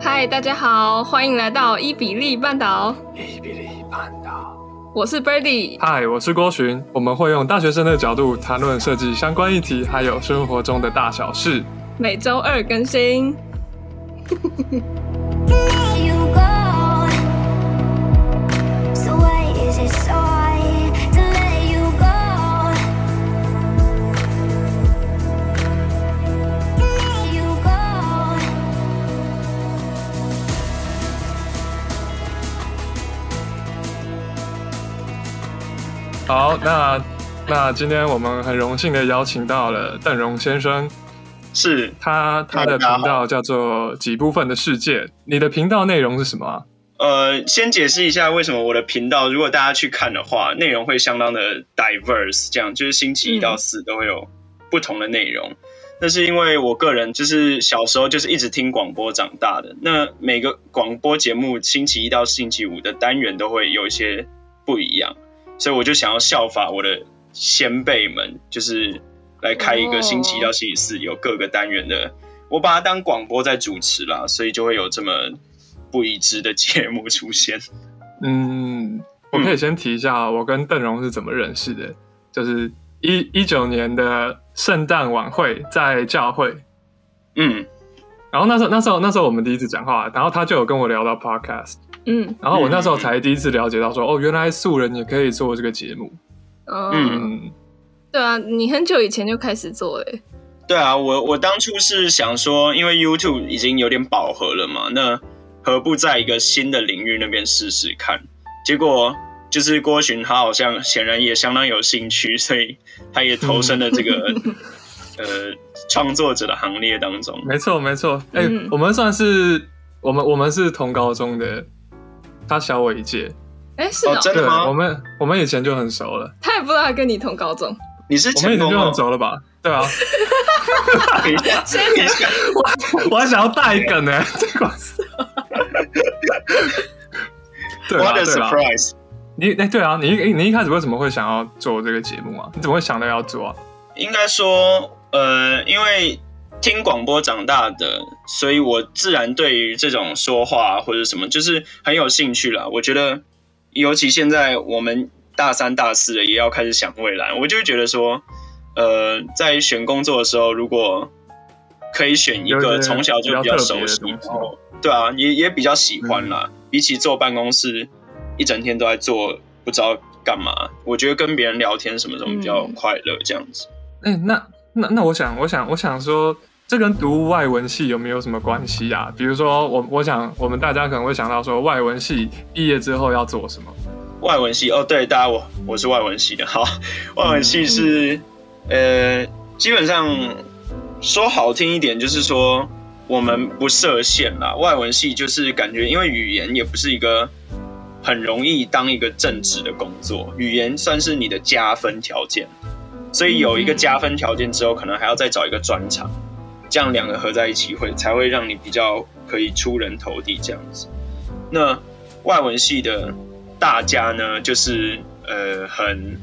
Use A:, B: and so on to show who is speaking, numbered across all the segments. A: 嗨，大家好，欢迎来到伊比利半岛，
B: 伊比利半岛。
A: 我是 Birdy。
C: 嗨，我是郭寻，我们会用大学生的角度谈论设计相关议题，还有生活中的大小事。
A: 每周二更新。
D: There you go. So why is it so hard to let you go? There you go.
C: 好，那那今天我们很荣幸的邀请到了邓荣先生，
B: 是，
C: 他他的
B: 大家好
C: 频道叫做《几部分的世界》，你的频道内容是什么啊？
B: 呃，先解释一下为什么我的频道，如果大家去看的话，内容会相当的 diverse，这样就是星期一到四都会有不同的内容。那是因为我个人就是小时候就是一直听广播长大的，那每个广播节目星期一到星期五的单元都会有一些不一样，所以我就想要效法我的先辈们，就是来开一个星期一到星期四有各个单元的，我把它当广播在主持啦，所以就会有这么不一致的节目出现。
C: 嗯，我可以先提一下我跟邓荣是怎么认识的，就是一一九年的圣诞晚会在教会，
B: 嗯，
C: 然后那时候那时候那时候我们第一次讲话，然后他就有跟我聊到 podcast，
A: 嗯
C: 然后我那时候才第一次了解到说，哦，原来素人也可以做这个节目。
A: 嗯，
C: 嗯，
A: 对啊，你很久以前就开始做了欸，
B: 对啊，我我当初是想说，因为 YouTube 已经有点饱和了嘛，那何不在一个新的领域那边试试看？结果就是郭寻他好像显然也相当有兴趣，所以他也投身了这个呃创作者的行列当中。
C: 没错没错。哎、
A: 嗯
C: 我们算是我们我们是同高中的，他小我一届，
A: 哎，是哦
B: 哦，真
C: 对，
B: 的吗
C: 我们我们以前就很熟了，
A: 他也不知道他跟你同高中，
B: 你是
C: 我们
B: 成
C: 以前
B: 功
C: 就
B: 了
C: 很，熟了吧？对啊，
B: 等一下， 等一下，
C: 我还想要带梗呢、这个是。 对啊，
B: what a
C: 对啊，
B: surprise！
C: 你哎、对啊，你一你一开始为什么会想要做这个节目啊？你怎么会想到要做啊？
B: 应该说，呃，因为听广播长大的，所以我自然对于这种说话或者什么，就是很有兴趣啦。我觉得，尤其现在我们大三、大四的也要开始想未来，我就会觉得说，呃，在选工作的时候，如果可以选一
C: 有
B: 个
C: 点
B: 从小就
C: 比
B: 比
C: 较特
B: 较
C: 别
B: 熟
C: 的
B: 悉，
C: 东西嗯
B: 然后对啊，也也比较喜欢啦。比起坐办公室一整天都在做不知道干嘛，我觉得跟别人聊天什么什么比较
A: 嗯
B: 快乐，这样子。
C: 哎、那那那我想，我想，我想说，这跟读外文系有没有什么关系啊？比如说，我我想，我们大家可能会想到说，外文系毕业之后要做什么？
B: 外文系哦，对，大家我我是外文系 的，好，外文系是、呃，基本上说好听一点，就是说我们不设限啦。外文系就是感觉，因为语言也不是一个很容易当一个正职的工作，语言算是你的加分条件，所以有一个加分条件之后，可能还要再找一个专长，这样两个合在一起会才会让你比较可以出人头地这样子。那外文系的大家呢，就是呃很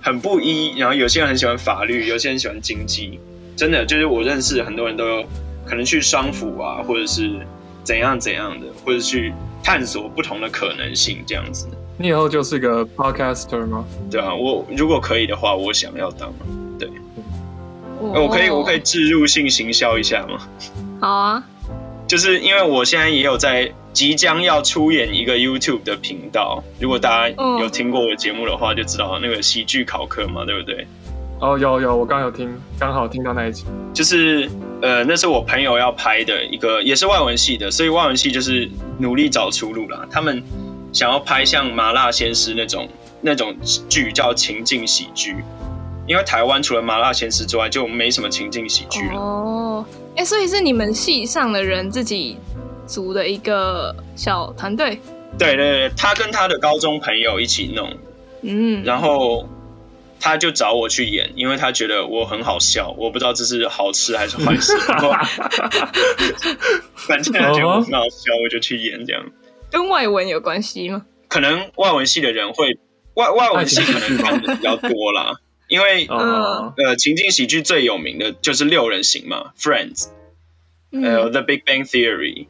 B: 很不一，然后有些人很喜欢法律，有些人喜欢经济，真的就是我认识很多人都有可能去商辅啊，或者是怎样怎样的，或者去探索不同的可能性这样子，
C: 你以后就是个 podcaster 吗？
B: 对啊，我如果可以的话，我想要当，呃
A: 哦
B: 我可以我可以，植入性行销一下吗？
A: 好啊，
B: 就是因为我现在也有在即将要出演一个 YouTube 的频道，如果大家
A: 嗯
B: 有听过我的节目的话，就知道那个喜剧考科嘛，对不对？
C: 哦，有有，我刚有听，刚好听到那一集。
B: 就是呃，那是我朋友要拍的一个，也是外文系的，所以外文系就是努力找出路啦。他们想要拍像《麻辣鲜师》那种那种剧叫情境喜剧，因为台湾除了《麻辣鲜师》之外，就没什么情境喜剧了。
A: 哦，哎，所以是你们系上的人自己组的一个小团队，
B: 对对对，他跟他的高中朋友一起弄，
A: 嗯，
B: 然后他就找我去演，因为他觉得我很好笑，我不知道这是好事还是坏事。然后反正他觉得我很好笑，我就去演这样。
A: 跟外文有关系吗？
B: 可能外文系的人会外外文系可能看的比较多啦，因为、
C: 哦，
B: 呃情景喜剧最有名的就是六人行嘛，《Friends》呃，
A: 嗯
B: 《The Big Bang Theory》，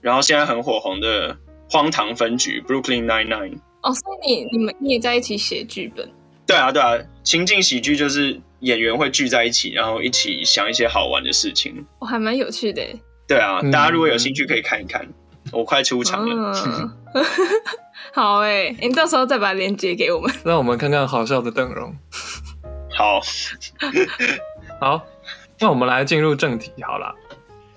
B: 然后现在很火红的荒唐分局 Brooklyn Nine Nine。
A: 哦，所以你你们你也在一起写剧本，
B: 对啊，对啊，情境喜剧就是演员会聚在一起，然后一起想一些好玩的事情。
A: 我、哦还蛮有趣的耶。
B: 对啊，
C: 嗯哦
B: 大家如果有兴趣可以看一看。我快出场了，
A: 嗯， 好哎、欸，你到时候再把链接给我们。
C: 让我们看看好笑的邓荣。
B: 好
C: 好，那我们来进入正题好了。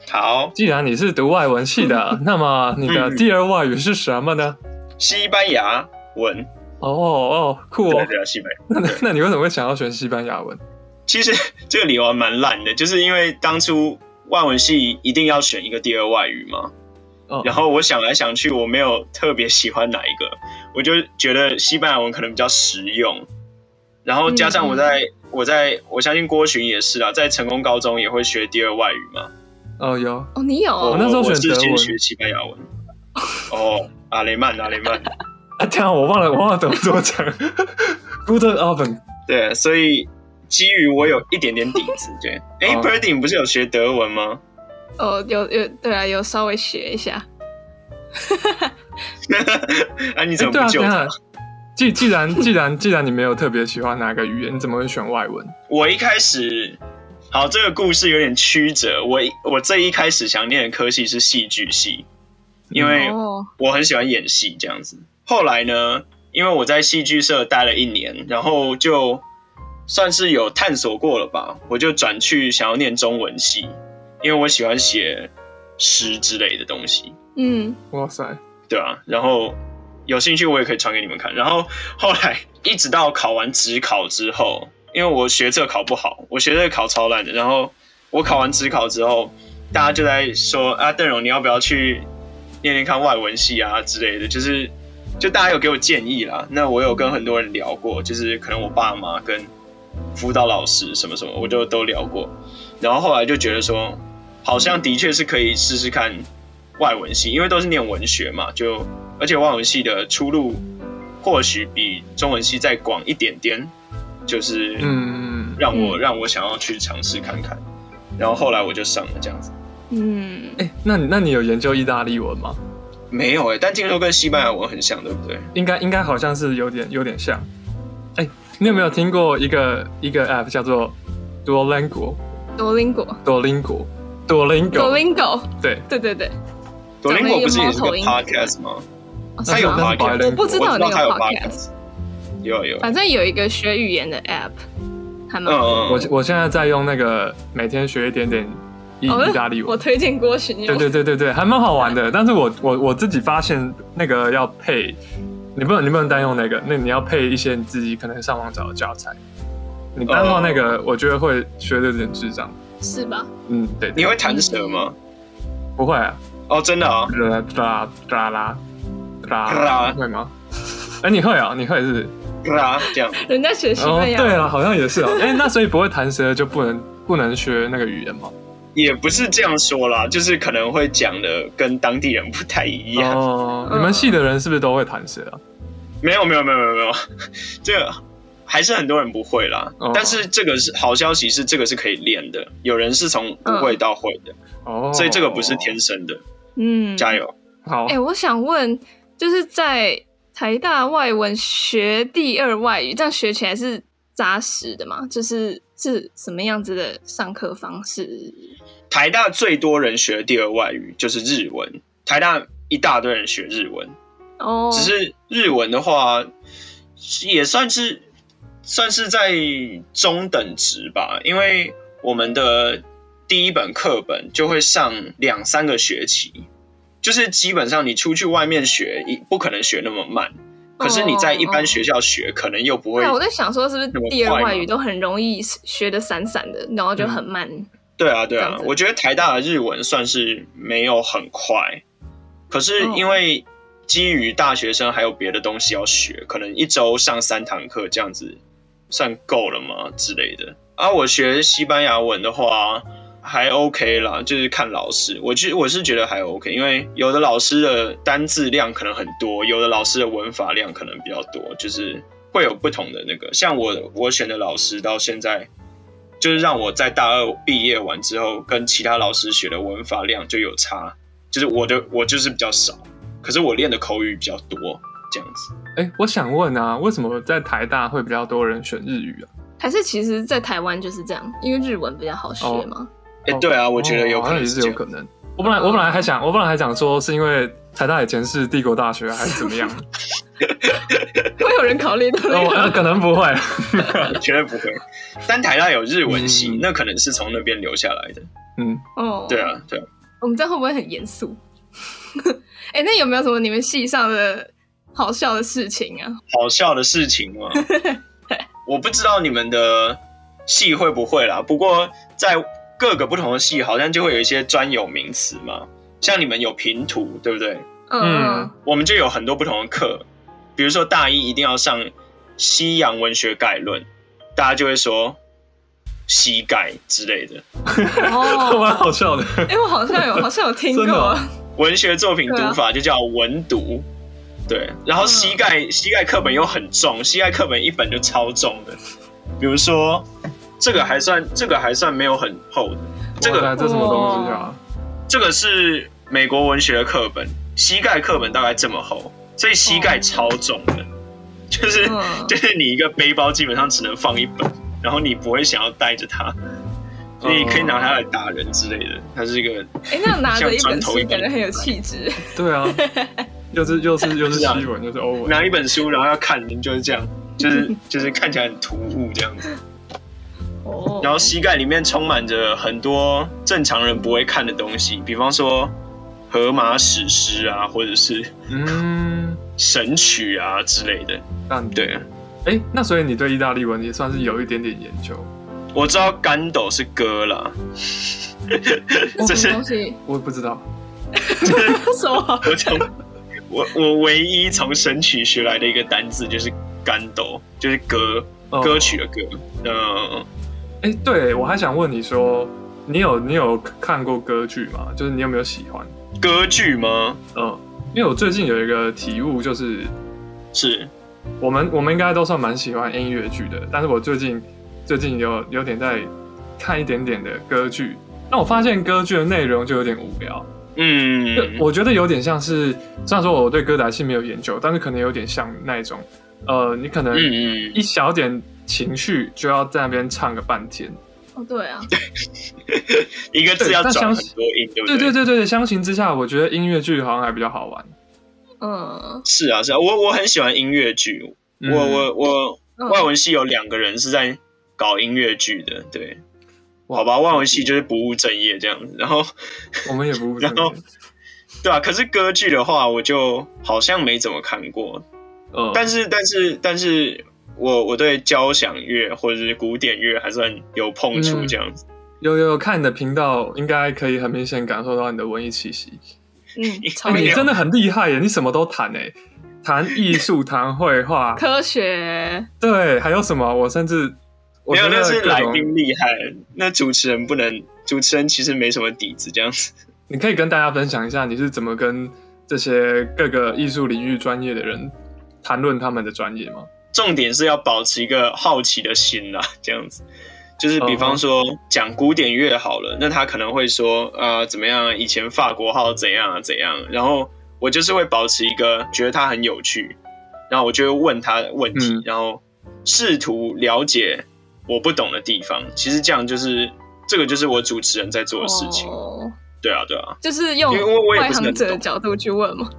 B: 好，
C: 既然你是读外文系的，那么你的第二外语是什么呢？
B: 西班牙文，
C: 哦哦，酷
B: 对
C: 哦！
B: 对啊，西班牙。
C: 那那你为什么会想要选西班牙文？
B: 其实 这个理由还蛮烂的，就是因为当初外文系一定要选一个第二外语嘛，
C: 哦
B: 然后我想来想去，我没有特别喜欢哪一个，我就觉得西班牙文可能比较实用。然后加
C: 嗯
B: 上我在、我在我相信郭群也是啊，在成功高中也会学第二外语嘛。
C: 哦有，
A: 哦，你有哦、
B: 我
C: 那时候选
B: 我是
C: 德文
B: 先学西班牙文。哦，阿雷曼，阿雷曼，
C: 啊，天啊，我忘了，我忘了怎么怎么讲。Guten Abend，
B: 对，所以基于我有一点点底子，对。哎、
C: 哦
B: b i r d i n 不是有学德文吗？
A: 哦，有有对啊，有稍微学一下。
B: 啊，你
C: 哎
B: 怎
C: 对
B: 么
C: 啊，
B: 不救
C: 等一
B: 他？
C: 下，既既然既然既然你没有特别喜欢哪个语言，你怎么会选外文？
B: 我一开始，好，这个故事有点曲折。我一我最一开始想念的科系是戏剧系，因
C: 哎
B: 为
A: 哦，
B: 我很喜欢演戏这样子。后来呢，因为我在戏剧社待了一年，然后就算是有探索过了吧，我就转去想要念中文系，因为我喜欢写诗之类的东西。
A: 嗯，
C: 哇塞，
B: 对啊，然后有兴趣我也可以传给你们看。然后后来一直到考完职考之后，因为我学测考不好，我学测考超烂的。然后我考完职考之后，大家就在说啊，邓荣你要不要去念念看外文系啊之类的，就是就大家有给我建议啦。那我有跟很多人聊过，就是可能我爸妈跟辅导老师什么什么，我就都聊过。然后后来就觉得说，好像的确是可以试试看外文系，因为都是念文学嘛，就而且外文系的出路或许比中文系再广一点点，就是
C: 嗯，
B: 让我、让我想要去尝试看看。然后后来我就上了这样子，
A: 嗯，
C: 哎、那你那你有研究意大利文吗？
B: 没有哎、但听说跟西班牙文很像，对不对？
C: 应该应该好像是有点有点像。哎、你有没有听过一个一个 app 叫做 Duolingo
A: 多林果，
C: Duolingo
A: 多
C: Duolingo？
A: 林果，
C: 对，
A: 对对对，
B: 朵林果不是也是个
A: 长得一个猫头
B: podcast 吗？
A: 哦
B: 它
A: 是
B: 有
A: 吗
C: 那是
B: podcast，
C: bilingual
A: 我不知道
B: 我
A: 有
B: 知
A: 那
B: 道它有
A: 个 podcast，
B: podcast，有啊有啊。
A: 反正有一个学语言的 app，还
B: 嗯
A: 蛮好
B: 嗯，
C: 我
B: 嗯
C: 我现在在用那个每天学一点点意
A: 哦
C: 意大利
A: 我
C: 文。
A: 推荐郭巡
C: 对
A: 用，
C: 对对对对，还蛮好玩的。但是我我我自己发现那个要配，你不能你不能单用那个，那你要配一些你自己可能上网找的教材。你单靠那
B: 哦
C: 个，我觉得会学的有点智障。
A: 是吧？
C: 嗯，对，对
B: 你会弹舌吗？
C: 不会啊，
B: 哦，真的啊，
C: 啦啦啦啦啦，
B: 啦
C: 会吗？ 哎，你会啊，你会是不是？
B: 对啊，这样。
A: 人家学西
C: 哦，
A: 班牙
C: 对了，好像也是哦。哎，那所以不会弹舌就不能不能学那个语言吗？
B: 也不是这样说啦，就是可能会讲的跟当地人不太一样。
C: 哦，你们系的人是不是都会弹舌啊？
B: 没有没有没有没有没有， 这个还是很多人不会啦。
C: 哦
B: 但是这个是好消息，是这个是可以练的，有人是从不会到会的，
C: 哦，
B: 所以这个不是天生的。
A: 嗯，
B: 加油！
C: 好
A: 哎、。
B: 哦
A: 我想问，就是在台大外文学第二外语，这样学起来是扎实的吗？就是是什么样子的上课方式？
B: 台大最多人学的第二外语就是日文，台大一大堆人学日文，
A: 哦，
B: 只是日文的话，也算是算是在中等值吧，因为我们的第一本课本就会上两三个学期，就是基本上你出去外面学，一不可能学那么慢，可是你在一般学校学，可能又不会
A: 对啊，我在想说是不
B: 那么
A: 是第二
B: 快吗
A: 外语都很容易学的散散的，然后就很慢。
B: 对啊，对
A: 这
B: 啊
A: 样，子
B: 我觉得台大的日文算是没有很快，可是因为基于大学生还有别的东西要学，可能一周上三堂课这样子算够了吗之类的。啊，我学西班牙文的话还 OK 啦，就是看老师，我觉我是觉得还 OK，因为有的老师的单字量可能很多，有的老师的文法量可能比较多，就是会有不同的那个。像我我选的老师到现在就是让我在大二毕业完之后，跟其他老师学的文法量就有差，就是我的我就是比较少，可是我练的口语比较多，这样子。
C: 哎，我想问啊，为什么在台大会比较多人选日语啊？
A: 还是其实，在台湾就是这样，因为日文比较好学
C: 哦
A: 嘛。
B: 哎、对啊，我觉得有
C: 哦好
B: 可
C: 像
B: 能
C: 也
B: 是
C: 是
B: 这
C: 有
B: 样。
C: 可能。我本来我本来还想，我本来还想说是因为台大以前是帝国大学啊还是怎么样，
A: 会有人考虑到
C: 那
A: 那
B: 哦
C: 我
A: 个
C: 呃可能不会。
B: 绝对不会。但台大有日文系，
C: 嗯
B: 那可能是从那边留下来的。
C: 嗯，
A: 哦。
B: 对，啊，对啊。
A: 我们这样会不会很严肃？ 哎、那有没有什么你们系上的好笑的事情啊？
B: 好笑的事情 吗？我不知道你们的戏会不会啦，不过在各个不同的戏，好像就会有一些专有名词嘛。像你们有平图，对不对？
A: 嗯，
B: 我们就有很多不同的课，比如说大一一定要上《西洋文学概论》，大家就会说膝盖之类的。嗯
C: 还
A: 哦，
C: 蛮好笑的。
A: 哎、我好像 有，好像有听
C: 真的
A: 过
C: 哦，
B: 文学作品读法就叫文读，对。然后膝盖膝盖课本又很重，膝盖课本一本就超重的。比如说，这个还算这个还算没有很厚的，这
C: 哇塞
B: 个
C: 这什么东西啊？
B: 这个是美国文学的课本，膝盖课本大概这么厚，所以膝盖超重的，就是、
A: 嗯
B: 就是你一个背包基本上只能放一本，然后你不会想要带着它，所以你可以拿它来打人之类的，它是一个
A: 哎、那拿着一本
B: 像砖
A: 书
B: 头一般
A: 感觉很有气 质。
C: 对啊，又是又是又是
B: 是啊
C: 西文，又是欧文。
B: 拿一本书，然后要看，就是这样，就是就是看起来很突兀这样子。
A: 哦，
B: 然后膝盖里面充满着很多正常人不会看的东西，比方说荷马史诗啊，或者是
C: 嗯，
B: 神曲啊之类的。
C: 但对，
B: 对，
C: 哎，那所以你对意大利文也算是有一点点研究。
B: 我知道干斗是歌啦，
A: 那
B: 这
A: 什
B: 是
A: 么东西？
C: 我也不知道，
A: 什么？
B: 我从 我我唯一从神曲学来的一个单字就是干斗，就是歌
C: 哦
B: 歌曲的歌。嗯，
C: 哎，对我还想问你说，你有你有看过歌剧吗？就是你有没有喜欢？
B: 歌剧吗？
C: 嗯，因为我最近有一个体悟，就是
B: 是
C: 我们我们应该都算蛮喜欢音乐剧的，但是我最近最近有有点在看一点点的歌剧，那我发现歌剧的内容就有点无聊，就
B: 嗯，
C: 我觉得有点像是，虽然说我对歌仔戏没有研究，但是可能有点像那一种，呃，你可能
B: 嗯嗯
C: 一小点情绪就要在那边唱个半天，
A: 哦，对啊，
B: 一个字要转很多音，对不
C: 对
B: 对
C: 对对对，相形之下，我觉得音乐剧好像还比较好玩。
A: 嗯，
B: 是啊是啊，我我很喜欢音乐剧，
C: 嗯
B: 我我我
A: 嗯
B: 外文系有两个人是在搞音乐剧的，对，
C: 哇
B: 好吧，外文系就是不务正业这样子，然后
C: 我们也不务正
B: 然
C: 业
B: 后对啊，可是歌剧的话，我就好像没怎么看过，
C: 呃，
B: 但是但是但是我我对交响乐或者是古典乐还算有碰触
C: 嗯
B: 这样子，
C: 有有有看你的频道，应该可以很明显感受到你的文艺气息。
A: 嗯，超
C: 哎、
B: 没
C: 你
B: 有
C: 真的很厉害耶！你什么都谈哎，谈艺 术，谈绘
B: 啊
C: 画，
A: 科学，
C: 对，还有什么？我甚至我
B: 没有
C: 觉得
B: 那是
C: 各
B: 来
C: 种
B: 宾厉害，那主持人不能，主持人其实没什么底子这样子。
C: 你可以跟大家分享一下，你是怎么跟这些各个艺术领域专业的人谈论他们的专业吗？
B: 重点是要保持一个好奇的心啦， 这样子。就是比方说讲古典乐好了，那他可能会说，呃，怎么样？以前法国号怎样啊怎样？然后我就是会保持一个觉得他很有趣，然后我就会问他问题，
C: 嗯
B: 然后试图了解我不懂的地方。其实这样就是这个就是我主持人在做的事情。
A: 哦，
B: 对啊，对啊，
A: 就是用
B: 因为我我也
A: 外
B: 不是
A: 行
B: 很
A: 者的
B: 懂
A: 角度去问嘛。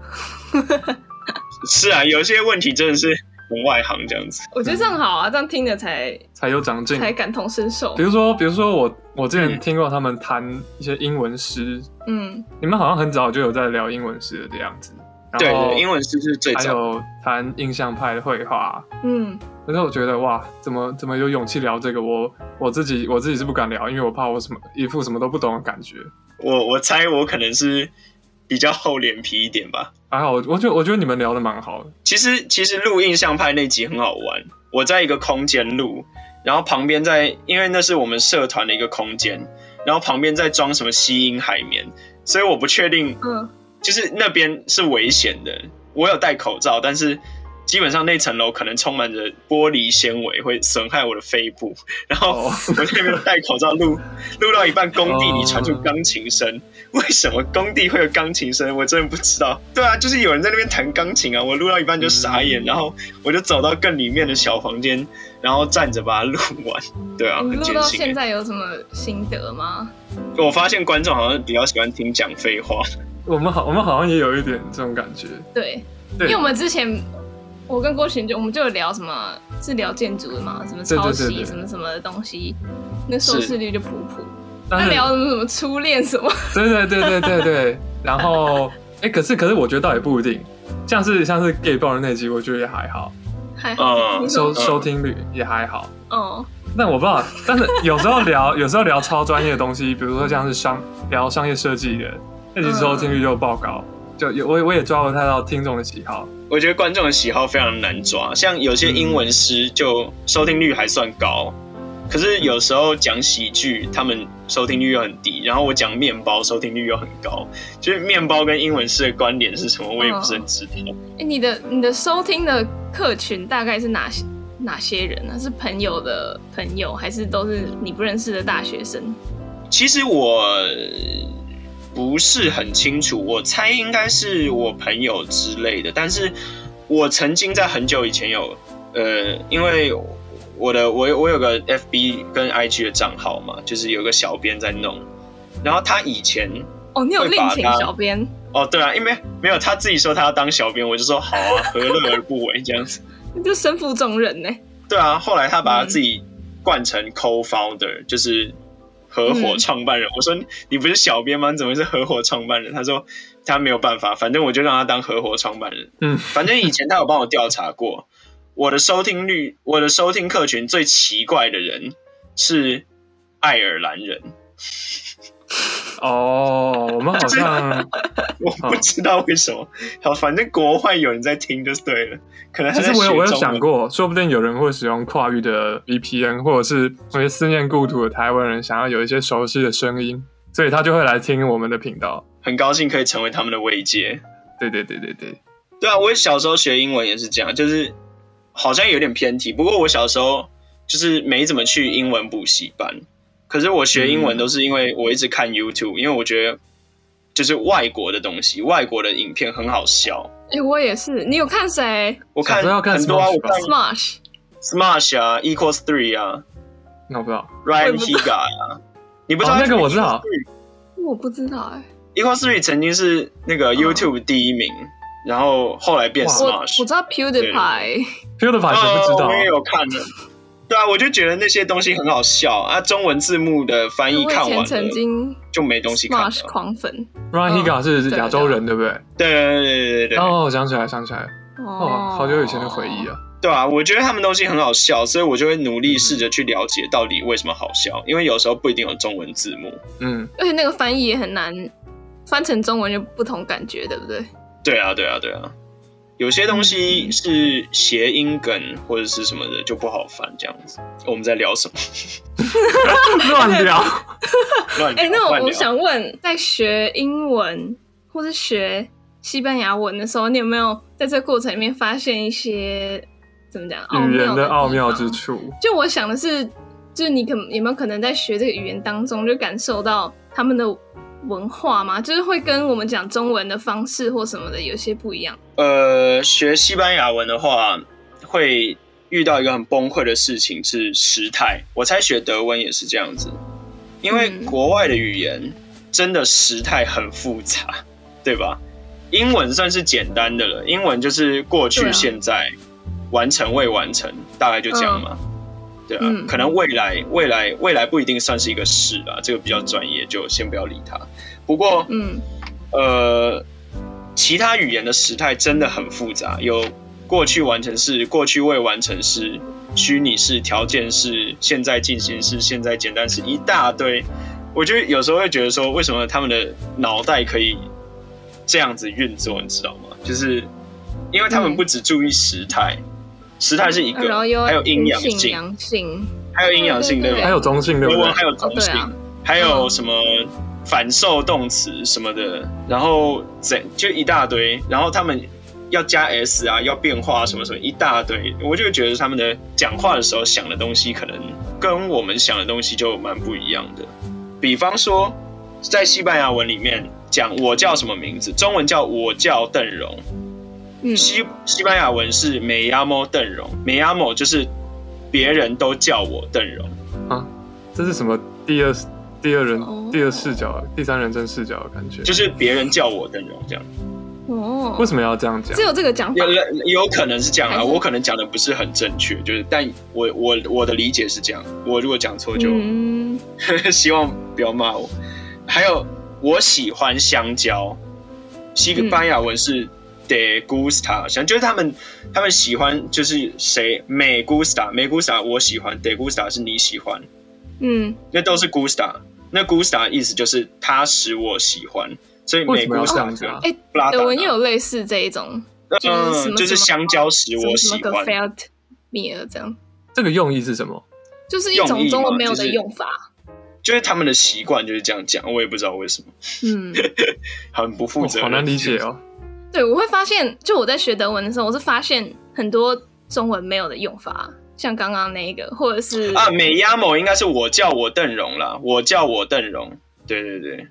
B: 是啊，有些问题真的是很外行这样子。
A: 我觉得这样好啊，这样听着才
C: 才有长进。
A: 才感同身受
C: 比。如说，比如说我我之前
B: 嗯
C: 听过他们谈一些英文诗，
A: 嗯，
C: 你们好像很早就有在聊英文诗的样子。
B: 对
C: 然后
B: 对，英文是是最
C: 还
B: 早。
C: 有谈印象派的绘画，
A: 嗯，
C: 可是我觉得哇，怎么怎么有勇气聊这个？我我自己我自己是不敢聊，因为我怕我什么一副什么都不懂的感觉。
B: 我我猜我可能是比较厚脸皮一点吧。
C: 还好，我我觉得我觉得你们聊的蛮好的。
B: 其实其实录印象派那集很好玩，我在一个空间录，然后旁边在因为那是我们社团的一个空间，然后旁边在装什么吸音海绵，所以我不确定，
A: 嗯，
B: 就是那边是危险的。我有戴口罩，但是基本上那层楼可能充满着玻璃纤维，会损害我的肺部。然后
C: 哦
B: 我在那边戴口罩录，录到一半，工地里传出
C: 哦
B: 钢琴声。为什么工地会有钢琴声？我真的不知道。对啊，就是有人在那边弹钢琴啊，我录到一半就傻眼，
C: 嗯
B: 然后我就走到更里面的小房间，然后站着把它录完。对啊，
A: 你
B: 很
A: 录
B: 艰
A: 到
B: 辛欸、
A: 现在有什么心得吗？
B: 我发现观众好像比较喜欢听讲废话。
C: 我们好，我们好像也有一点这种感觉。
A: 对，因
C: 对，
A: 为我们之前我跟郭群就我们就有聊什么是聊建筑的嘛，什么
C: 对对
A: 抄
C: 对
A: 袭
C: 对
A: 什么什么的东西，那收
B: 是
A: 视率就普普。
C: 但
A: 那
C: 是
A: 聊什么什么初恋什 么，
C: 对对对对对对。然后，哎，可是可是我觉得倒也不一定，像是像是 gay 爆的那集，我觉得也还好，
A: 还
C: 哦
A: 好
B: 嗯
A: 你
C: 收
A: 说
C: 收听率也还好。
A: 哦，
C: 但我不知道，但是有时候聊， 有时候聊超专业的东西，比如说像是商聊商业设计的，那集收听率就爆高，就有我也我也抓不太到听众的喜好。
B: 我觉得观众的喜好非常难抓，像有些英文诗就收听率还算高，可是有时候讲喜剧，他们收听率又很低，然后我讲面包收听率又很高，就是面包跟英文诗的关联是什么，我也不是很知道。
A: 哎，你的你的收听的客群大概是哪些哪些人呢？是朋友的朋友，还是都是你不认识的大学生？
B: 其实我呃不是很清楚，我猜应该是我朋友之类的。但是我曾经在很久以前有，呃，因为我的我有我有个 FB 跟 IG 的账号嘛，就是有个小编在弄，然后他以前。
A: 哦，你有
B: 会
A: 另
B: 把
A: 请
B: 它
A: 小编
B: 哦，对啊，因为没有他自己说他要当小编，我就说好啊，何乐而不为这样子。
A: 你就身负重任呢、
B: 对啊，后来他把他
C: 嗯
B: 自己冠成 co-founder，、就是合
C: 嗯
B: 伙创办人。我说你你不是小编吗？你怎么是合伙创办人？他说他没有办法，反正我就让他当合伙创办人。
C: 嗯
B: 反正以前他有帮我调查过，我的收听率，我的收听客群最奇怪的人是爱尔兰人。
C: 哦，我们好 像
B: 我不知道为什
C: 哦
B: 么，好，反正国外有人在听就对了。可能他
C: 其
B: 在
C: 实我有
B: 学
C: 我有
B: 中
C: 想
B: 文
C: 过，说不定有人会使用跨域的 VPN，或者是有些思念故土的台湾人想要有一些熟悉的声音，所以他就会来听我们的频道。
B: 很高兴可以成为他们的慰藉。
C: 对对对对对，
B: 对啊，我小时候学英文也是这样，就是好像有点偏题。不过我小时候就是没怎么去英文补习班，可是我学英文
C: 嗯
B: 都是因为我一直看 YouTube，因为我觉得就是外国的东西，外国的影片很好笑。
A: 哎、我也是，你有看谁
B: 我看
C: 小时候要看
B: 很多啊，
C: Smash
B: 我看
A: ？Smash，
B: Smash 啊，Equals Three 啊
C: 那我不知道。
B: ，Ryan
A: 我也不
B: Higa 啊，你不知道、
C: 哦那个我知道。
A: 我不知道哎、
B: Equals Three 曾经是那个 YouTube 第一名，然后后来变
C: 嗯哇
A: 我
B: Smash
A: 我。知道 PewDiePie，
C: PewDiePie 谁不知道啊
B: 哦，我也有看的。对啊，我就觉得那些东西很好笑啊，中文字幕的翻译
A: 我
B: 看
A: 以
B: 完
A: 前
B: 了
A: 曾经
B: 就没东西看了。
A: Smash 狂粉
C: ？Ryan Higa 是亚洲哦人，对不对？
B: 对对对对对对，
C: 哦，我想起来，想起来，
A: 哦
C: 哦，，好久以前的回忆
A: 啊！
C: 啊。
B: 对啊，我觉得他们东西很好笑，所以我就会努
C: 嗯
B: 力试着去了解到底为什么好笑，因为有时候不一定有中文字幕。
C: 嗯，
A: 而且那个翻译也很难，翻成中文就不同感觉，对不对？
B: 对啊，对啊，对啊，有些东
A: 嗯
B: 西是谐音梗或者是什么的就不好翻这样子。我们在聊什么？
C: 乱 聊。
B: 乱聊
A: 哎、那
B: 乱
A: 我
B: 聊
A: 我想问，在学英文或是学西班牙文的时候，你有没有在这过程里面发现一些怎么讲奥
C: 语言
A: 妙
C: 的奥妙
A: 地
C: 之
A: 方
C: 处，
A: 就我想的是，就是你可有没有可能在学这个语言当中，就感受到他们的文化嘛？就是会跟我们讲中文的方式或什么的有些不一样。
B: 呃，学西班牙文的话，会遇到一个很崩溃的事情是时态。我猜学德文也是这样子，因为
A: 嗯
B: 国外的语言真的时态很复杂，对吧？英文算是简单的了，英文就是过去、
A: 对啊
B: 现在、完成、未完成，大概就这样嘛。对啊，
A: 嗯
B: 可能未来、未来、未来不一定算是一个事啊，这个比较专业，就先不要理它。不过，
A: 嗯，
B: 呃，其他语言的时态真的很复杂，有过去完成式、过去未完成式、虚拟式、条件式、现在进行式、现在简单式，一大堆。我就有时候会觉得说，为什么他们的脑袋可以这样子运作，你知道吗？就是因为他们
A: 嗯
B: 不只注意时态，时态是一个，
A: 然后又
B: 还有阴阳
A: 性、
B: 性，
A: 阳性，
B: 还有阴阳性，
A: 对对
B: 对吧？
C: 还有中性对不
B: 德文
C: 对？
B: 还有
A: 哦
B: 中
A: 对
B: 性，
A: 啊
B: 还有什么反受动词什么的，然后整就一大堆，然后他们要加 s 啊，要变化什么什么一大堆，我就觉得他们的讲话的时候想的东西，可能跟我们想的东西就蛮不一样的。比方说，在西班牙文里面讲我叫什么名字，中文叫我叫邓荣，
A: 嗯
B: 西西班牙文是 me llamo 邓荣，me llamo 就是别人都叫我邓荣。
C: 这是什么第二第二人、
A: 哦
C: 第二视角、第三人称视角的感觉？
B: 就是别人叫我邓荣这样，
A: 哦
C: 为，什么要这样讲
A: 只？有这个讲法
B: 有有可能是这样
A: 哦还
B: 啊，
A: 是
B: 我可能讲的不是很正确，就是但我我我的理解是这样，我如果讲错就、
A: 嗯，
B: 希望不要骂我。还有我喜欢香蕉，西
A: 嗯
B: 班牙文是 de gusta，香、就是他们他们喜欢就是谁 me gusta，me gusta 我喜欢，de gusta 是你喜欢，
A: 嗯
B: 那都是 gusta，那 gusta 意思就是他使我喜欢，所以
C: 为
B: me
C: 什么要这
B: gusta
C: 样子啊？
A: 哎、
B: 拉达
A: 德文也有类似这一种，就 是什么什
B: 嗯，
A: 么
B: 就是香蕉使
A: 什
B: 我
A: 么
B: 喜
A: 什么个
B: 欢。
A: felt meal 这样，
C: 这个用意是什么？
A: 就是一
B: 用
A: 种
B: 意
A: 中文
B: 嘛
A: 没有
B: 就
A: 的
B: 是
A: 用法。
B: 就是他们的习惯就是这样讲，我也不知道为什么，
A: 嗯，
B: 很不负
C: 哦
B: 责任、
C: 好难理解。 哦。
A: 对，我会发现，就我在学德文的时候，我是发现很多中文没有的用法，像刚刚那一个，或者是
B: 啊，美亚某应该是我叫我邓荣啦，我叫我邓荣。对对对，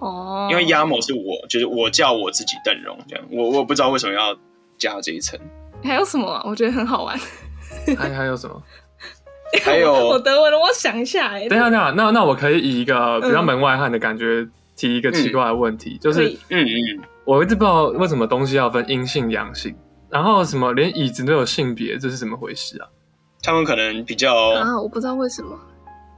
A: 哦，
B: 因为亚某是我，就是我叫我自己邓荣这样。我我不知道为什么要加这一 层。
A: 还有什么、啊？我觉得很好玩。
C: 还还有什么？
B: 还
A: 我
B: 有，
A: 德文，我想一下、欸，
C: 等
B: 啊
C: 一下，等一下，那那我可以以一个比较
A: 嗯
C: 门外汉的感觉提一个奇怪的问题，就
A: 可
C: 是
A: 以
B: 嗯嗯，
C: 我一直不知道为什么东西要分阴性阳性，然后什么连椅子都有性别，这是怎么回事啊？
B: 他们可能比较，
A: 啊，我不知道为什么，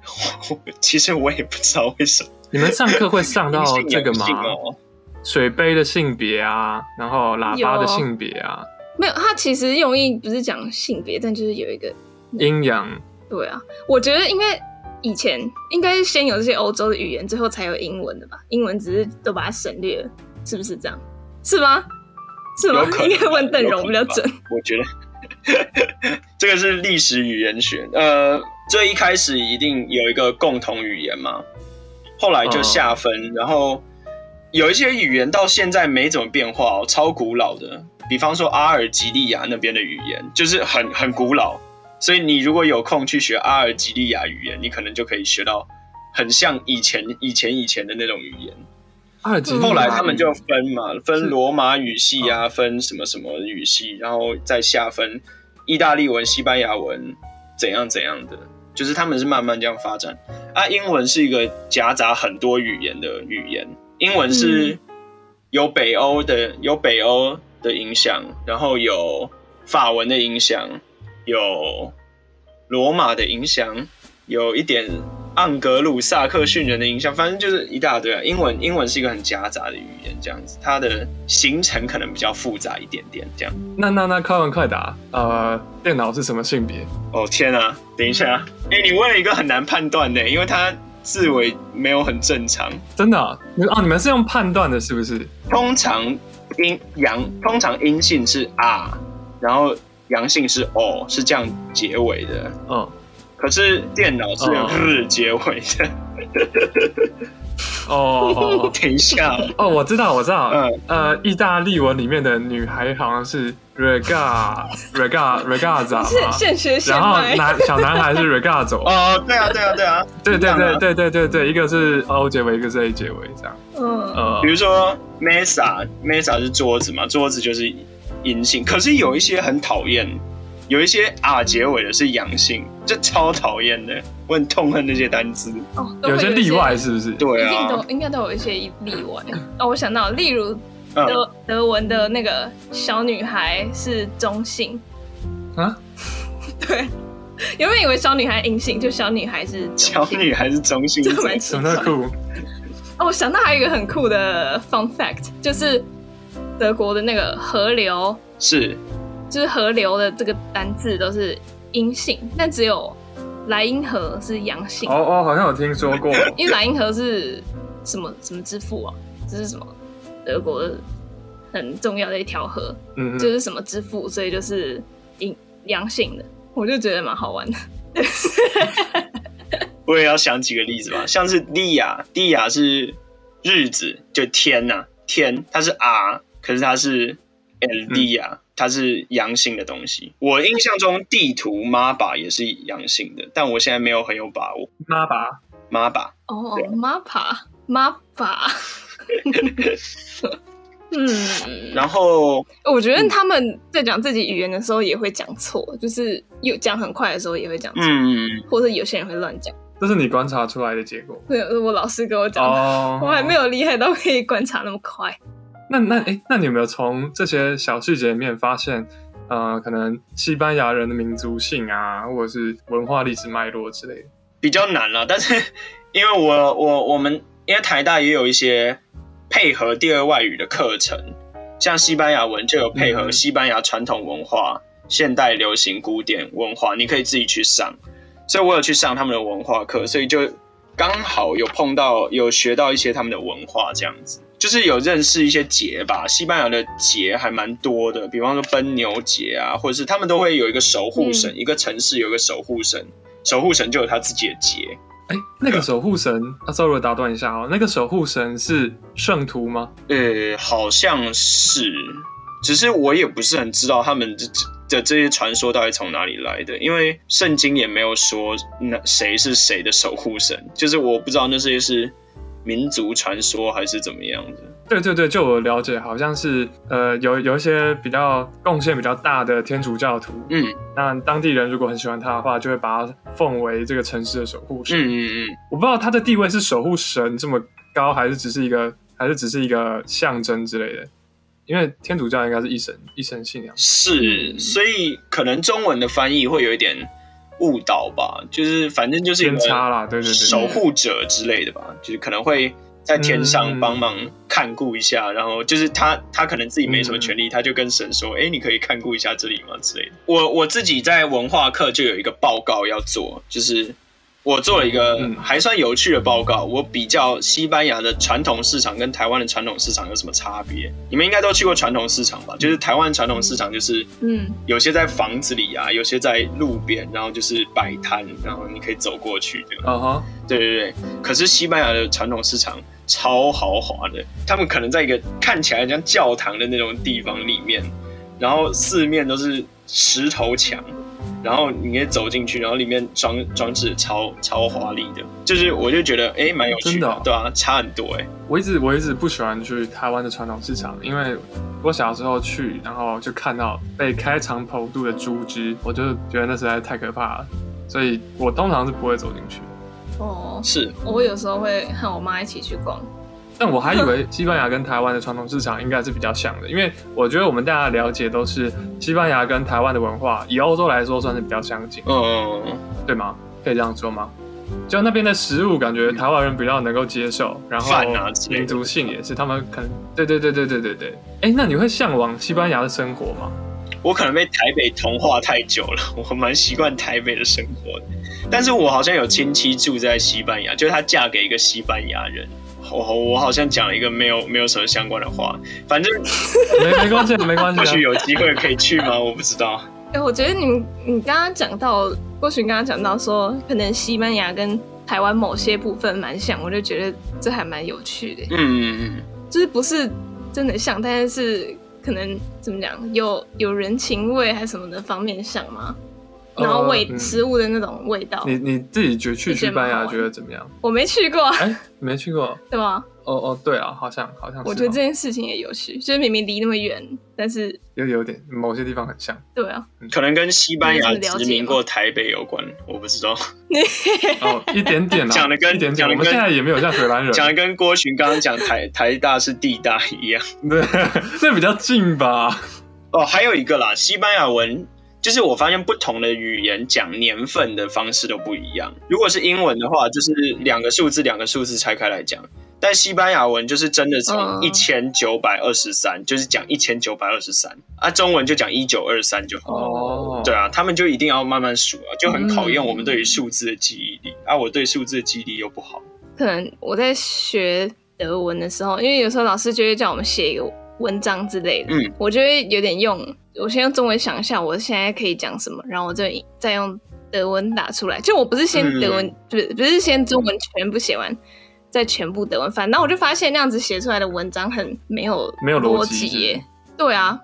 B: 其实我也不知道为什么。
C: 你们上课会上到
B: 阴性
C: 这个
B: 阳
C: 吗
B: 性？哦
C: 水杯的性别啊，然后喇叭的性别啊，
A: 没有，它其实用意不是讲性别，但就是有一个
C: 阴阳
A: 对啊，我觉得因为以前应该是先有这些欧洲的语言，最后才有英文的吧？英文只是都把它省略了，是不是这样？是吗？是吗
B: 有可？能
A: 应该问邓
B: 有
A: 荣
B: 可
A: 比较
B: 能
A: 准。
B: 我觉得这个是历史语言学。呃，最一开始一定有一个共同语言嘛，后来就下分，然后有一些语言到现在没怎么变化哦，超古老的。比方说阿尔及利亚那边的语言，就是很很古老，所以你如果有空去学阿尔及利亚语言，你可能就可以学到很像以前以前以前的那种语言。
C: 二级。
B: 后来他们就分嘛，
C: 嗯是
B: 分罗马语系啊，分什么什么语系，然后再下分意大利文、西班牙文怎样怎样的，就是他们是慢慢这样发展。啊，英文是一个夹杂很多语言的语言，英文是有北欧的有北欧的影响，然后有法文的影响，有罗马的影响，有一点盎格鲁撒克逊人的影响，反正就是一大堆啊。英文英文是一个很夹杂的语言，这样子，它的形成可能比较复杂一点点，这样。
C: 那那那快问快答，呃，电脑是什么性别？
B: 哦天啊，等一下，哎、你问了一个很难判断的，因为它字尾没有很正常。
C: 真的啊？你们哦，你们是用判断的，是不是？
B: 通常阴阳，通常阴性是啊，然后阳性是哦，是这样结尾的。
C: 嗯，
B: 可是电脑是
C: 哦
B: 日结尾的。，
C: 哦哦哦哦
B: 等一下，
C: 哦，我知道，我知道，
B: 嗯
C: 呃，意大利文里面的女孩好像是 rega rega regaza
A: 现
C: 嘛，
A: 现学现
C: 然后
A: 卖，
C: 男小男孩是 regazo，
B: 哦，对啊，对啊，对啊。
C: 对对
B: 一样
C: 对
B: 啊
C: 对对对对，一个是 o 结尾，一个是 a 结尾，这样，
A: 嗯，
C: 呃
B: 比，如说 mesa mesa 是桌子嘛，桌子就是阴性，可是有一些很讨厌，有一些啊结尾的是阳性，这超讨厌的，我很痛恨那些单字。
A: 哦，都会
C: 有
A: 一
C: 些例外，是不是？
B: 对
A: 一定
B: 啊
A: 都，应该都有一些例外。哦，我想到，例如
B: 嗯，
A: 德德文的那个小女孩是中性，
C: 啊，
A: 对， 原本以为小女孩阴性，就小女孩是中性
B: 小女还是中性
A: 这
B: 是
A: 蛮
B: 谁？
A: 奇
C: 什
A: 怪
C: 么
A: 的。
C: 叫酷？
A: 哦，我想到还有一个很酷的 fun fact，就是德国的那个河流，
B: 是
A: 就是河流的这个单字都是阴性，但只有莱茵河是阳性，
C: 哦哦，好像有听 说过，
A: 因为莱茵河是什么什么之父啊，这是什么德国的很重要的一条河，
C: 嗯，
A: 就是什么之父，所以就是阴阳性的，我就觉得蛮好玩的。
B: 我也要想几个例子吧，像是莉亚，莉亚是日子，就天呐、天，它是啊，可是它是 and D 啊，它是阳性的东西。我印象中地图 MABA 也是阳性的，但我现在没有很有把握。
C: 妈吧，
B: MABA
A: 哦，mapa mapa，嗯，
B: 然后
A: 我觉得他们在讲自己语言的时候也会讲错，就是有讲很快的时候也会讲错，
B: 嗯，
A: 或者有些人会乱讲。
C: 这是你观察出来的结果
A: 没有，我老师跟我讲的，
C: 哦。
A: 我还没有厉害到可以观察那么快。
C: 那那哎，那你有没有从这些小细节里面发现，呃，可能西班牙人的民族性啊，或者是文化历史脉络之类的？
B: 比较难了。但是因为我我我们因为台大也有一些配合第二外语的课程，像西班牙文就有配合
C: 嗯
B: 西班牙传统文化、现代流行、古典文化，你可以自己去上。所以我有去上他们的文化课，所以就刚好有碰到有学到一些他们的文化这样子。就是有认识一些节吧，西班牙的节还蛮多的，比方说奔牛节啊，或者是他们都会有一个守护神，一个城市有一个守护神，守护神就有他自己的节，
C: 哎，那个守护 神，啊，sorry，我打断一下哦，那个守护神是圣徒吗？
B: 呃，好像是，只是我也不是很知道他们这的这些传说到底从哪里来的，因为圣经也没有说那谁是谁的守护神，就是我不知道那些是民族传说还是怎么样的。
C: 对对对，就我了解，好像是呃，有有一些比较贡献比较大的天主教徒，
B: 嗯
C: 那当地人如果很喜欢他的话，就会把他奉为这个城市的守护神。
B: 嗯嗯嗯，
C: 我不知道他的地位是守护神这么高，还是只是一个，还是只是一个象征之类的。因为天主教应该是一神一神信仰，
B: 是，所以可能中文的翻译会有一点误导吧，就是反正就是一
C: 偏
B: 个
C: 差啦，对对对，对
B: 守护者之类的吧，就是可能会在天上帮忙看顾一下，然后就是他他可能自己没什么权利，他就跟神说，哎、你可以看顾一下这里吗之类的。我我自己在文化课就有一个报告要做，就是我做了一个
C: 嗯
B: 还算有趣的报告，我比较西班牙的传统市场跟台湾的传统市场有什么差别。你们应该都去过传统市场吧？就是台湾传统市场就是
A: 嗯，
B: 有些在房子里啊，有些在路边，然后就是摆摊，然后你可以走过去这样。
C: 啊哈，
B: 对对对，可是西班牙的传统市场超豪华的，他们可能在一个看起来像教堂的那种地方里面，然后四面都是石头墙，然后你可以走进去，然后里面装装置超超华丽的，就是我就觉得哎蛮有趣
C: 真的哦
B: 对啊，差很多哎，
C: 我一直我一直不喜欢去台湾的传统市场，因为我小时候去，然后就看到被开肠剖肚的猪只，我就觉得那实在太可怕了，所以我通常是不会走进去。
A: 哦，
B: 是
A: 我有时候会和我妈一起去逛，
C: 但我还以为西班牙跟台湾的传统市场应该是比较像的，因为我觉得我们大家了解都是西班牙跟台湾的文化，以欧洲来说算是比较相近，
B: 嗯，
C: 对吗？可以这样说吗？就那边的食物，感觉台湾人比较能够接受，然后
B: 饭啊之类的
C: 民族性也是，他们可能对对对对对对对。哎，那你会向往西班牙的生活 吗？
B: 我可能被台北同化太久了， 我蛮习惯台北的生活的，但是我好像有亲戚住在西班牙，就是她嫁给一个西班牙人。我我好像讲了一个没有没有什么相关的话，反正
C: 没没关系，没关系
B: 或许
C: 啊。
B: 有机会可以去吗？我不知道。
A: 哎、我觉得你你刚刚讲到，郭群刚刚讲到说，可能西班牙跟台湾某些部分蛮像，我就觉得这还蛮有趣的，
B: 嗯，嗯
A: 就是不是真的像，但是可能怎么讲，有有人情味还什么的方面像吗？ 然后哦味、
C: 呃嗯
A: 食物的那种味道，
C: 嗯你你自己觉
A: 就
C: 去
A: 觉
C: 西
A: 得蛮
C: 班
A: 好
C: 牙
A: 玩
C: 觉得怎么样？
A: 我没去过，
C: 哎，没去过。
A: 对吧？
C: 哦哦，对啊，好像好像是哦。
A: 我觉得这件事情也有趣，就是明明离那么远，但是
C: 有有点某些地方很像。
A: 对啊，
B: 可能跟西班牙
A: 你有什么了解
B: 殖
A: 吗
B: 民过台北有关，我不知道。
C: 哦，一点点啊，
B: 讲得跟
C: 一点点，
B: 讲得
C: 我们
B: 跟
C: 现在也没有像荷兰人，
B: 讲的跟郭群刚刚讲台台大是地大一样。
C: 对， 这比较近吧？
B: 哦，还有一个啦，西班牙文就是我发现不同的语言讲年份的方式都不一样。如果是英文的话，就是两个数字两个数字拆开来讲，但西班牙文就是真的从
A: 嗯
B: 一千九百二十三，就是讲一千九百二十三啊，中文就讲一九二三就好。
C: 哦，
B: 对啊，他们就一定要慢慢数啊，就很考验
A: 嗯
B: 我们对于数字的记忆力、啊。我对数字的记忆力又不好，
A: 可能我在学德文的时候，因为有时候老师就会叫我们写一个文章之类的，
B: 嗯，
A: 我就会有点用，我先用中文想一下我现在可以讲什么，然后我就再用德文打出来。就我不是先
B: 嗯
A: 德文，不、是不是先中文全部写完，再全部德文翻，然后我就发现那样子写出来的文章很没有
C: 没有逻辑
A: 辑
C: 是不是
A: 耶。对啊，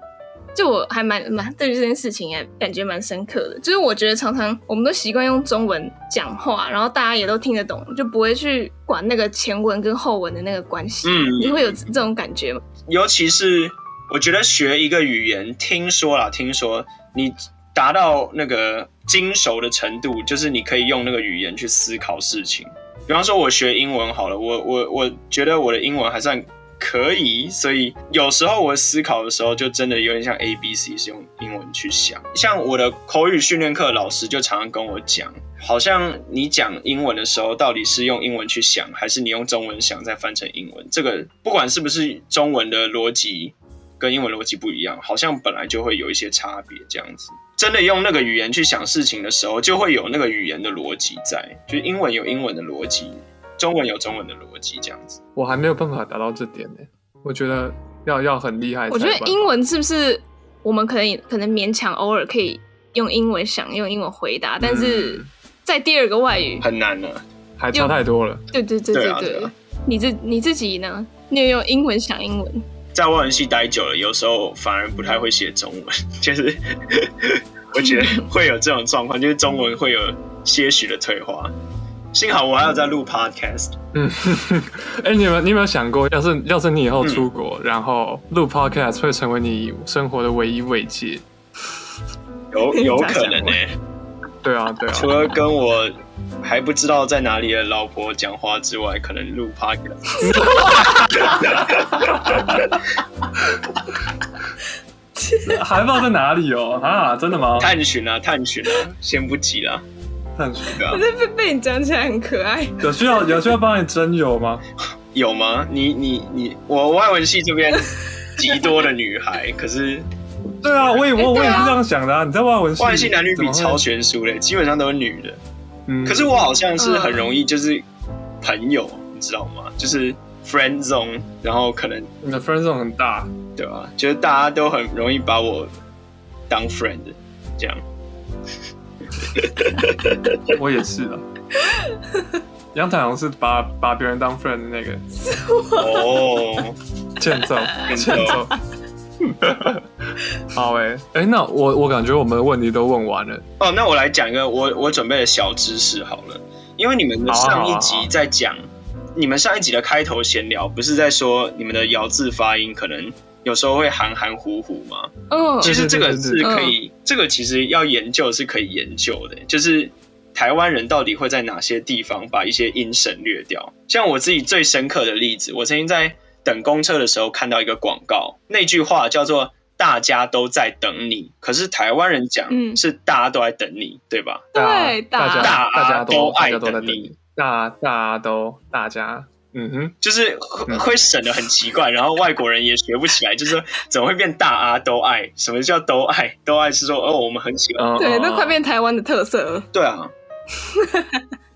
A: 就我还蛮蛮对于这件事情也感觉蛮深刻的，就是我觉得常常我们都习惯用中文讲话，然后大家也都听得懂，就不会去管那个前文跟后文的那个关系。
B: 嗯
A: 你会有这种感觉吗？
B: 尤其是我觉得学一个语言，听说啦，听说你达到那个精熟的程度，就是你可以用那个语言去思考事情。比方说，我学英文好了，我我我觉得我的英文还算可以，所以有时候我思考的时候，就真的有点像 A B C 是用英文去想。像我的口语训练课老师就常常跟我讲，好像你讲英文的时候，到底是用英文去想，还是你用中文想再翻成英文？这个不管是不是中文的逻辑跟英文逻辑不一样，好像本来就会有一些差别这样子。真的用那个语言去想事情的时候，就会有那个语言的逻辑在，就是英文有英文的逻辑，中文有中文的逻辑这样子。
C: 我还没有办法达到这点呢、我觉得要要很厉害才
A: 我
C: 有
A: 觉
C: 办
A: 得
C: 法。
A: 英文是不是我们可以可能勉强偶尔可以用英文想，用英文回答，但
B: 嗯
A: 是在第二个外语，
B: 很难呢、啊。
C: 还差太多了。
A: 对对对
B: 对
A: 对
B: 啊对啊
A: 你自你自己呢？你有用英文想英文？
B: 在外文系待久了，有时候反而不太会写中文， 就是我觉得会有这种状况，就是中文会有些许的退化。幸好我还有在录 podcast，
C: 嗯，哎、你有没有你有没有想过，要是要是你以
B: 嗯
C: 后出国，然后录 podcast 会成为你生活的唯一慰藉？
B: 有有可能呢、
C: 对啊，对啊，
B: 除了跟我还不知道在哪里的老婆讲话之外，可能录 podcast
C: 还不知道在哪里哦啊，真的吗？
B: 探寻啊探寻啊，先不急啦，
C: 探寻
B: 对啊
A: 我，觉得被被你讲起来很可爱。
C: 有需 要有需要帮你征友吗？
B: 有吗？你你你，我外文系这边极多的女孩，可是
C: 对
B: 哎
C: 啊，我也我我也是这样想的啊。你在外文系，
B: 外文系男女
C: 怎
B: 比
C: 么会
B: 超，悬殊嘞，基本上都是女的。
C: 嗯
B: 可是我好像是很容易就是朋友，你知道吗？就是 friend zone，然后可能
C: 你的 friend zone 很大，
B: 对吧、就是大家都很容易把我当 friend 这样。
C: 我也是啊。杨太郎是把把别人当 friend 的 那个
B: 哦，
C: 欠揍，欠揍。 好诶、哎、那我我感觉我们的问题都问完了。
B: 哦，那我来讲一个我我准备的小知识好了，因为你们的
C: 好啊
B: 上一
C: 好啊
B: 集在讲，你们上一集的开头闲聊不是在说你们的咬字发音可能有时候会含含糊糊吗？
A: 嗯，
B: 其实这个
C: 对对
B: 是
C: 对嗯
A: 对
B: 可以，这个其实要研究是可以研究的，就是台湾人到底会在哪些地方把一些音省略掉。像我自己最深刻的例子，我曾经在等公车的时候看到一个广告，那句话叫做“大家都在等你”，可是台湾人讲
A: 嗯
B: 是“大家都在等你”，对吧？
A: 对
C: 大家
B: 大
C: 大家
B: 都
C: 都大
B: 爱
C: 家都在等
B: 等你
C: 你，大大家都大家，嗯哼，
B: 就是会
C: 嗯
B: 会省的很奇怪，然后外国人也学不起来，就是说怎么会变大啊都爱？什么叫都爱？都爱是说哦，我们很喜欢。
C: 嗯
A: 对，
C: 嗯
A: 那
C: 嗯
A: 快变台湾的特色了。
B: 对啊，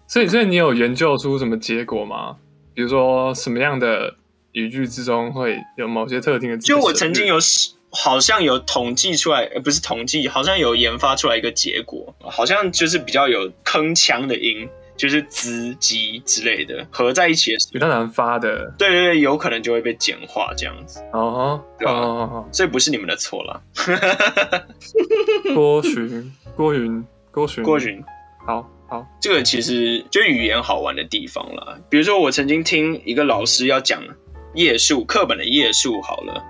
C: 所以，所以你有研究出什么结果吗？比如说什么样的语句之中会有某些特定的？
B: 就我曾经，有使，好像有统计出来，呃，不是统计，好像有研发出来一个结果，好像就是比较有铿锵的音，就是滋鸡之类的合在一起的时候，
C: 比较难发的，
B: 对对对，有可能就会被简化这样子，
C: 哦吼，
B: 对啊
C: 哦
B: 所以不是你们的错啦。
C: 吼， 郭寻，郭云，郭寻，
B: 郭，群，
C: 好好，
B: 这个其实就语言好玩的地方啦。比如说，我曾经听一个老师要讲页数，课本的页数好了，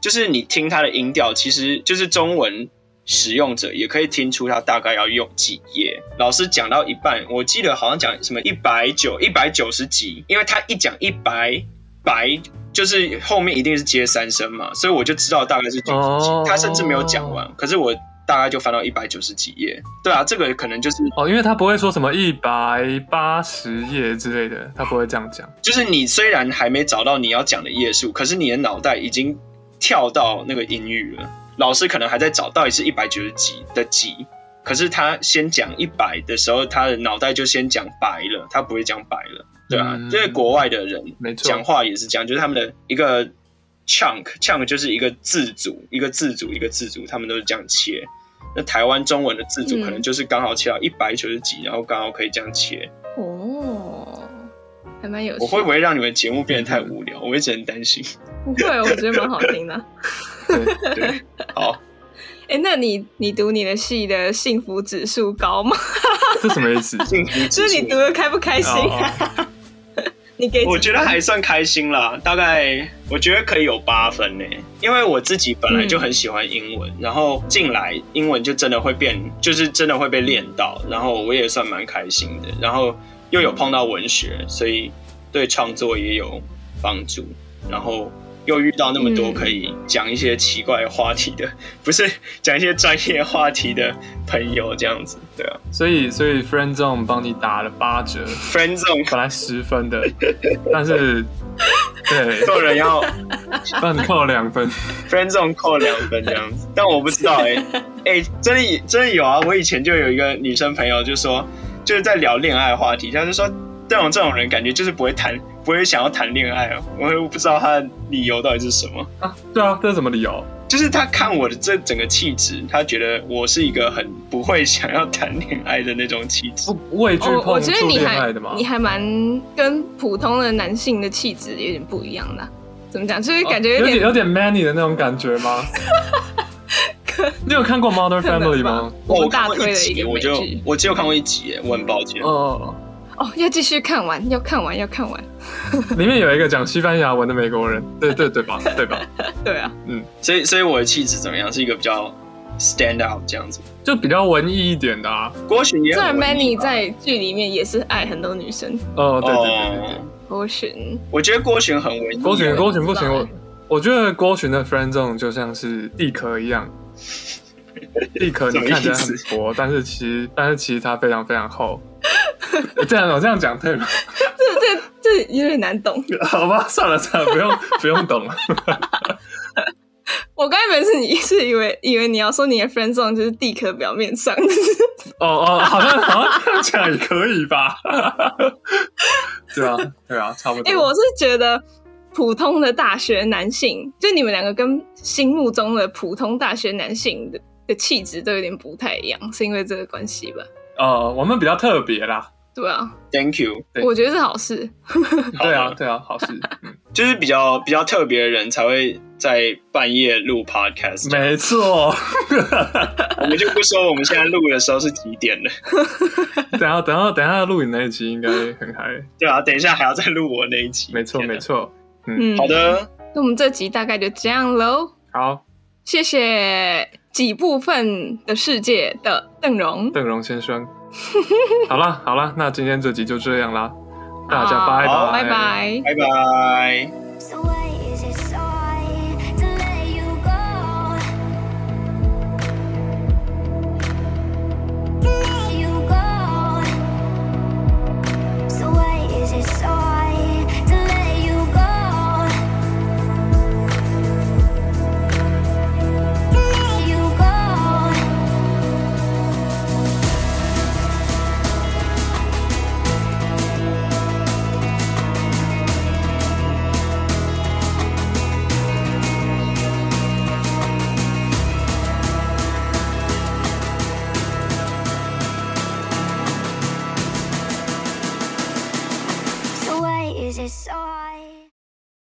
B: 就是你听他的音调，其实就是中文使用者也可以听出他大概要用几页。老师讲到一半，我记得好像讲什么一百九、一百九十几，因为他一讲一百百。就是后面一定是接三声嘛，所以我就知道大概是九十几。
C: 哦
B: 他甚至没有讲完，可是我大概就翻到一百九十几页。对啊，这个可能就是
C: 哦，因为他不会说什么一百八十页之类的，他不会这样讲。
B: 就是你虽然还没找到你要讲的页数，可是你的脑袋已经跳到那个音域了。老师可能还在找到底是一百九十几的几，可是他先讲一百的时候，他的脑袋就先讲白了，他不会讲白了，对啊，
C: 嗯
B: 因为国外的人
C: 没错
B: 讲话也是这样，就是他们的一个 chunk chunk 就是一个字组，一个字组，一个字组，他们都是这样切。那台湾中文的字组
A: 嗯
B: 可能就是刚好切到一百九十几，然后刚好可以这样切，
A: 哦，还蛮有趣。
B: 我会不会让你们节目变得太无聊？我一直很担心。
A: 不会？我觉得蛮好听的。
C: 对，
B: 好，
A: 哎、那你你读你的系的幸福指数高吗？
C: 这什么意思？
B: 幸福指
A: 就是你读
B: 数，
A: 的开不开心、
C: 哦
A: 啊？ 你给
B: 我
A: 几
B: 觉得
A: 分
B: 还算开心啦，大概我觉得可以有八分呢，因为我自己本来就
A: 嗯
B: 很喜欢英文，然后进来英文就真的会变，就是真的会被练到，然后我也算蛮开心的，然后又有碰到文学，所以对创作也有帮助，然后。又遇到那么多
A: 嗯
B: 可以讲一些奇怪话题的，不是讲一些专业话题的朋友，这样子，对啊。
C: 所以所以 friend zone 帮你打了八折，
B: friend zone
C: 本来十分 的，但是对，
B: 做人要
C: 但扣了两分。
B: friend zone 扣两分这样子，但我不 知道哎、欸、哎、真的真的有啊！我以前就有一个女生朋友，就说就是在聊恋爱话题，她就说这种这种人感觉就是不会谈，不会想要谈恋爱啊。我也不知道她的理由到底是什么，
C: 啊，对啊，这是什么理由？
B: 就是她看我的这整个气质，她觉得我是一个很不会想要谈恋爱的那种气质。
C: 不畏惧
A: 哦我我
C: 碰
A: 觉得
C: 触
A: 你
C: 恋
A: 还
C: 爱的吗？
A: 你还蛮嗯跟普通的男性的气质有点不一样的啊、怎么讲？就是感觉
C: 哦有
A: 点、
C: 有点 manly 的那种感觉 吗？你有看过《Modern
A: 可能
C: Family》
A: 吧
C: 吗？
A: 我
B: 哦
A: 们
B: 看
A: 大
B: 过
A: 推了
B: 集
A: 一个
B: 我
A: 美
B: 就
A: 剧
B: 我只有看过一集耶，我很抱歉。
C: 哦，
A: 哦，要继续看完，要看完，要看完。
C: 里面有一个讲西班牙文的美国人，对对对吧？对吧？
A: 对啊，
B: 所以所以我的气质怎么样？是一个比较 stand out 这样子。
C: 就比较文艺一点的啊。
B: 郭巡也
A: 虽然
B: 很文艺
A: Manny
B: 吧
A: 在剧里面也是爱很多女生，
C: 哦，对对对对对
B: 哦，
A: 我选
B: 我觉得郭巡很文艺。
C: 郭群郭群不行，
A: 我
C: 我
A: 知道
C: 我觉得郭群的 friend zone 就像是地壳一样，地壳你看起来很薄，但是其实但是其实它非常非常厚。这样我这样讲对吗？
A: 这这这有点难懂。
C: 好吧，算了算了，不用不用懂了。
A: 我刚才本是你是以为以为你要说你的 friend zone 就是地壳表面上，
C: 哦哦，好像好像这样讲也可以吧？ 对啊对啊，差不多。
A: 哎、我是觉得普通的大学男性，就你们两个跟心目中的普通大学男性的的气质都有点不太一样，是因为这个关系吧？
C: 哦，我们比较特别啦。
A: 对啊，
B: Thank you。
C: 对
A: 我觉得是好事。
B: 好
C: 对啊
B: 的
C: 对啊，好 事。嗯
B: 就是比较比较特别的人才会在半夜录 podcast。
C: 没错。
B: 我们就不说我们现在录的时候是几点了。
C: 等一下等一下等一下录影那一集应该很嗨。
B: 对啊，等一下还要再录我那一集。
C: 没错
B: 天哪
C: 没。错。
A: 嗯，
B: 好，的，
A: 那我们这集大概就这样喽。
C: 好，
A: 谢谢几部分的世界的邓荣，
C: 邓荣先 生。好啦好啦，那今天这集就这样啦，大家
A: 好
C: 拜
B: 好
A: 拜拜。
B: 拜拜。
D: So why is it sorry to let you go? To let you go. So why is it sorry to let you go? To let you go. So why is it so